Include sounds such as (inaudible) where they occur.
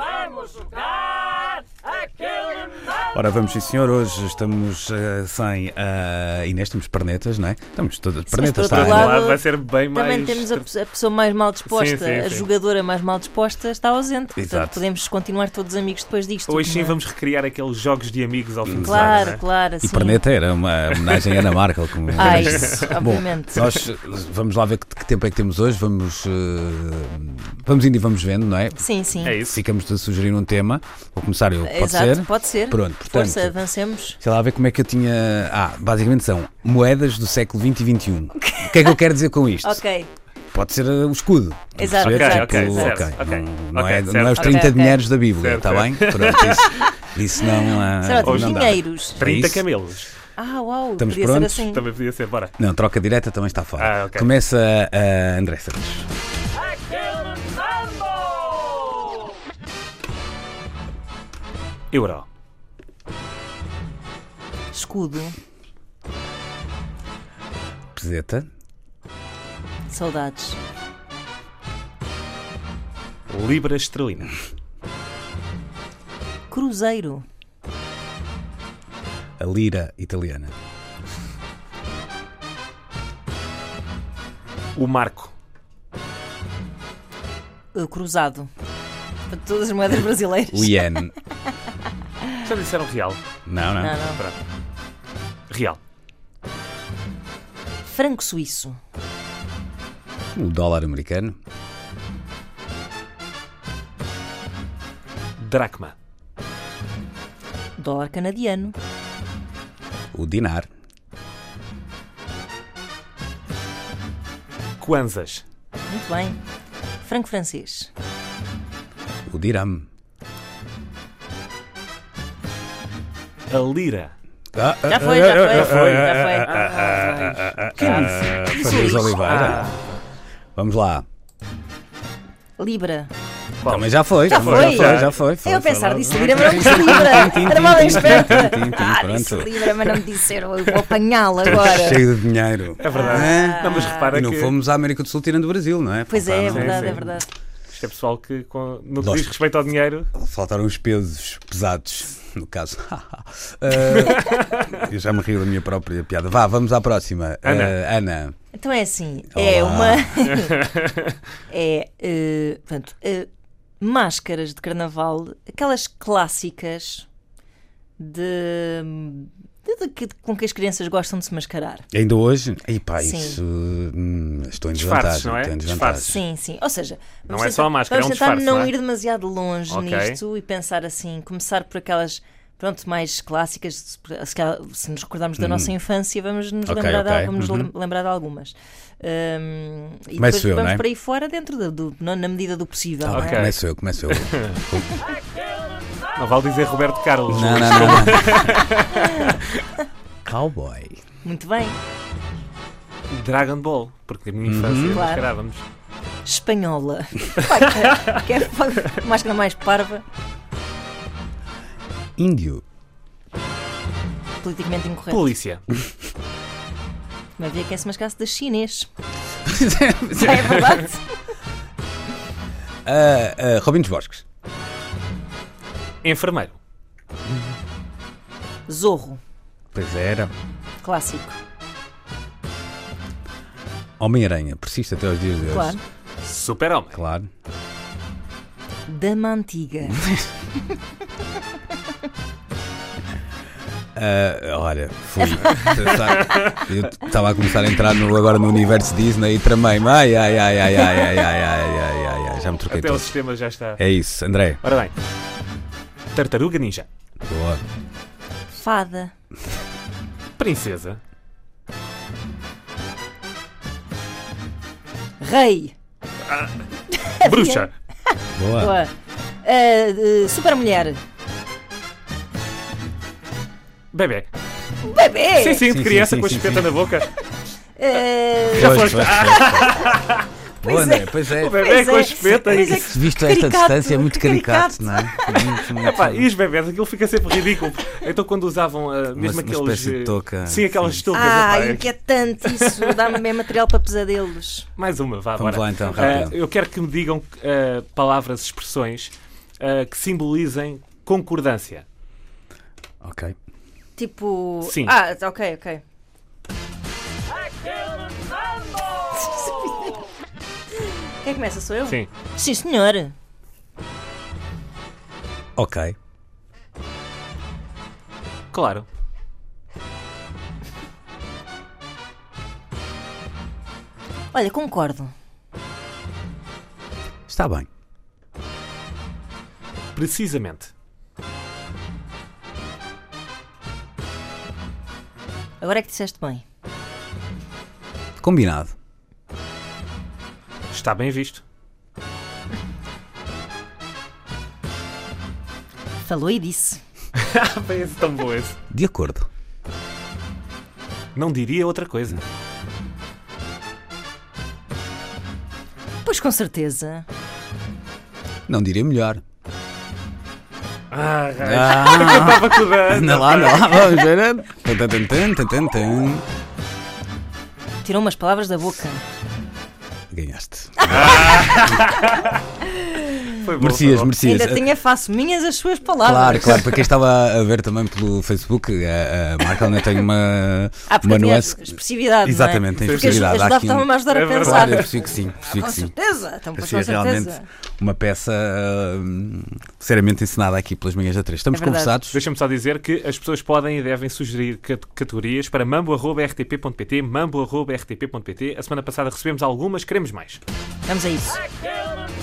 Vamos jogar aquele mambo. Ora, vamos sim senhor, hoje estamos eh, sem a Inês, temos pernetas, não é? Estamos todas pernetas, tá? por outro está a- lado, Lá vai ser bem Também mais. temos a, pe- a pessoa mais mal disposta, Sim, sim, a sim. jogadora mais mal disposta está ausente. Exato. Portanto, podemos continuar todos amigos depois disto. Hoje sim não é? vamos recriar aqueles jogos de amigos ao fim de semana. Claro, não é? claro. E Sim. perneta era uma homenagem a Ana (laughs) Markel. Como... (laughs) Ah, isso, Bom, obviamente. nós eh, vamos lá ver que, que tempo é que temos hoje, vamos, eh, vamos indo e vamos vendo, não é? Sim, sim. É isso. Ficamos a sugerir um tema, vou começar eu, pode Exato, ser? pode ser. Pronto, portanto, Força, avancemos. Sei lá, a ver como é que eu tinha. Ah, basicamente são moedas do século XX e XXI. O que é que eu quero dizer com (laughs) isto? Ok, Pode ser uh, o escudo. Estão a Exato, perceber? exato, Tipo, exato. ok, Certo, ok, Não, não ok, é, certo. não é os Ok, 30 ok. dinheiros da Bíblia, Certo, está certo. bem? Pronto, isso, isso não. ah, será de não dá. dinheiros. 30 É isso. camelos. Ah, uau, Estamos podia prontos? ser assim. Também podia ser, bora. Não, troca direta também está fora. Ah, ok. Começa a Andressa. Aquele mambo. Euro. Escudo, Peseta, saudades, Libra esterlina. cruzeiro, a lira italiana, O marco. uh, cruzado. Para todas as moedas brasileiras. o iene. Já disseram real. Não, não. Não, não. Pronto. Real. Franco suíço, O dólar americano, Dracma. dólar canadiano, o dinar, Kwanzas. muito bem. Franco francês, o dirham. A lira. Ah, ah, Já foi, já foi, já (laughs) foi. Já foi. ah, Fernandes Oliveira. Vamos lá. Ah. Libra. Qual? Também já foi. Já foi? Já foi, já foi. foi, eu a foi pensar, logo. disse Libra, mas não disse Libra. Era mal esperta. Tim, tim, tim, Ah, disse pronto. Libra, mas não me disseram. Eu vou apanhá-lo agora. Cheio de dinheiro. Ah. É verdade. Hã? Não, mas repara E não que fomos à América do Sul tirando o Brasil, não é? Pois é, é Faltaram, verdade, sim. é verdade. isto é pessoal que, com- no que Lógico. diz respeito ao dinheiro, faltaram os pesos pesados, (laughs) no caso. (laughs) Ah, eu já me rio da minha própria piada. Vá, vamos à próxima. Ana. Ah, Ana. Então é assim, é Olá. uma. é. eh, portanto, eh, máscaras de carnaval, aquelas clássicas de. de- de que- com que as crianças gostam de se mascarar. Ainda hoje? Ei, pá, Sim. isso. hum, estou em Disfarces, desvantagem. não é? estou em Disfarces. desvantagem. Sim, sim. Ou seja, Não vamos é só a máscara, vamos é um tentar disfarce, não não é? ir demasiado longe Ok. nisto e pensar assim, começar por aquelas pronto mais clássicas, se, se calhar, se nos recordarmos da Uhum. nossa infância, vamos nos Ok, lembrar, ok. De, vamos Uhum. lem- lembrar de algumas. Hum, e Começo depois eu, vamos não é? para aí fora dentro da- do, na na medida do possível. Tá não bem, é? Ok. Começo eu, começo (laughs) eu. não vale dizer Roberto Carlos. não, não, não. (laughs) não. Cowboy. Muito bem. Dragon Ball. Porque na minha Uhum. infância Claro. mascarávamos. Espanhola. (laughs) Pá, que, que é máscara mais parva, Índio. (laughs) politicamente incorreto. Polícia. Mas havia quem se mascasse de chinês. (laughs) Ah, É (laughs) verdade? ah, Robin dos Bosques. Enfermeiro. Zorro, Pois era. clássico. Homem-Aranha, persiste até os dias de hoje. Claro. Super-homem. Claro. Dama antiga. Ah, olha, fui. Eu estava a começar a entrar no, agora no universo Disney e tramei-me. Ai, ai, ai, ai, ai, ai, ai, ai, ai, ai, ai, já me troquei Até o todo. sistema já está. É isso, André. Ora bem. Tartaruga Ninja. Boa. Fada. Princesa. Rei. Bruxa. Boa. Boa. Ah, ah, super mulher. Bebê. Bebê. Sim, sim, Sim, de criança sim, com a sim, espeta sim. na boca. Ah, Pois, pois, pois, pois. foste. Boa, Pois é. André, pois é. O bebê Pois com é, a espeta. pois e- (laughs) é que- Visto a esta Caricato, distância, é muito caricato, caricato. não é? Muito, muito. Epá, e os bebés, aquilo fica sempre ridículo. Então, quando usavam ah, mesmo uma aqueles. espécie de eh, touca, Sim, aquelas toucas. Ah, epá, é- inquietante isso. Dá-me bem material para pesadelos. Mais uma, vá, Vamos bora. lá então, Ah, rápido. eu quero que me digam ah, palavras, expressões ah, que simbolizem concordância. Ok. Tipo. Sim. Ah, ok, (laughs) ok. Quem começa? Sou eu? Sim. Sim, senhor. Ok. Claro. Olha, concordo. Está bem. Precisamente. Agora é que disseste bem. Combinado. Está bem visto. Falou e disse. Ah, bem, esse tão bom esse. De acordo. Não diria outra coisa. Pois com certeza. Não diria melhor. Ah, já (laughs) Ah, estava com o Dan. anda lá, anda lá. Vamos ver. Tum, tum, tum, tum, tum, tum, tum. Tirou umas palavras da boca. Ganhaste. Foi bom, Merecias, foi bom. merecias. Ainda tinha faço minhas as suas Claro, palavras. claro, para quem estava a ver também pelo Facebook, a, a Marca ainda tem uma, Ah, porque uma tinha nuance. expressividade. Exatamente, não tem é? Porque expressividade. Há ajudava- aqui um- Estava-me a ajudar É a verdade. pensar. Claro, eu percebi que sim, percebi Ah, Com que sim. certeza. Então, pois, Parecia com realmente certeza. uma peça hum, seriamente ensinada aqui pelas manhãs da 3. É Estamos verdade. conversados. Deixa-me só dizer que as pessoas podem e devem sugerir cate- categorias para mambo.rtp.pt, mambo.rtp.pt. A semana passada recebemos algumas, queremos mais. Vamos a isso. I killed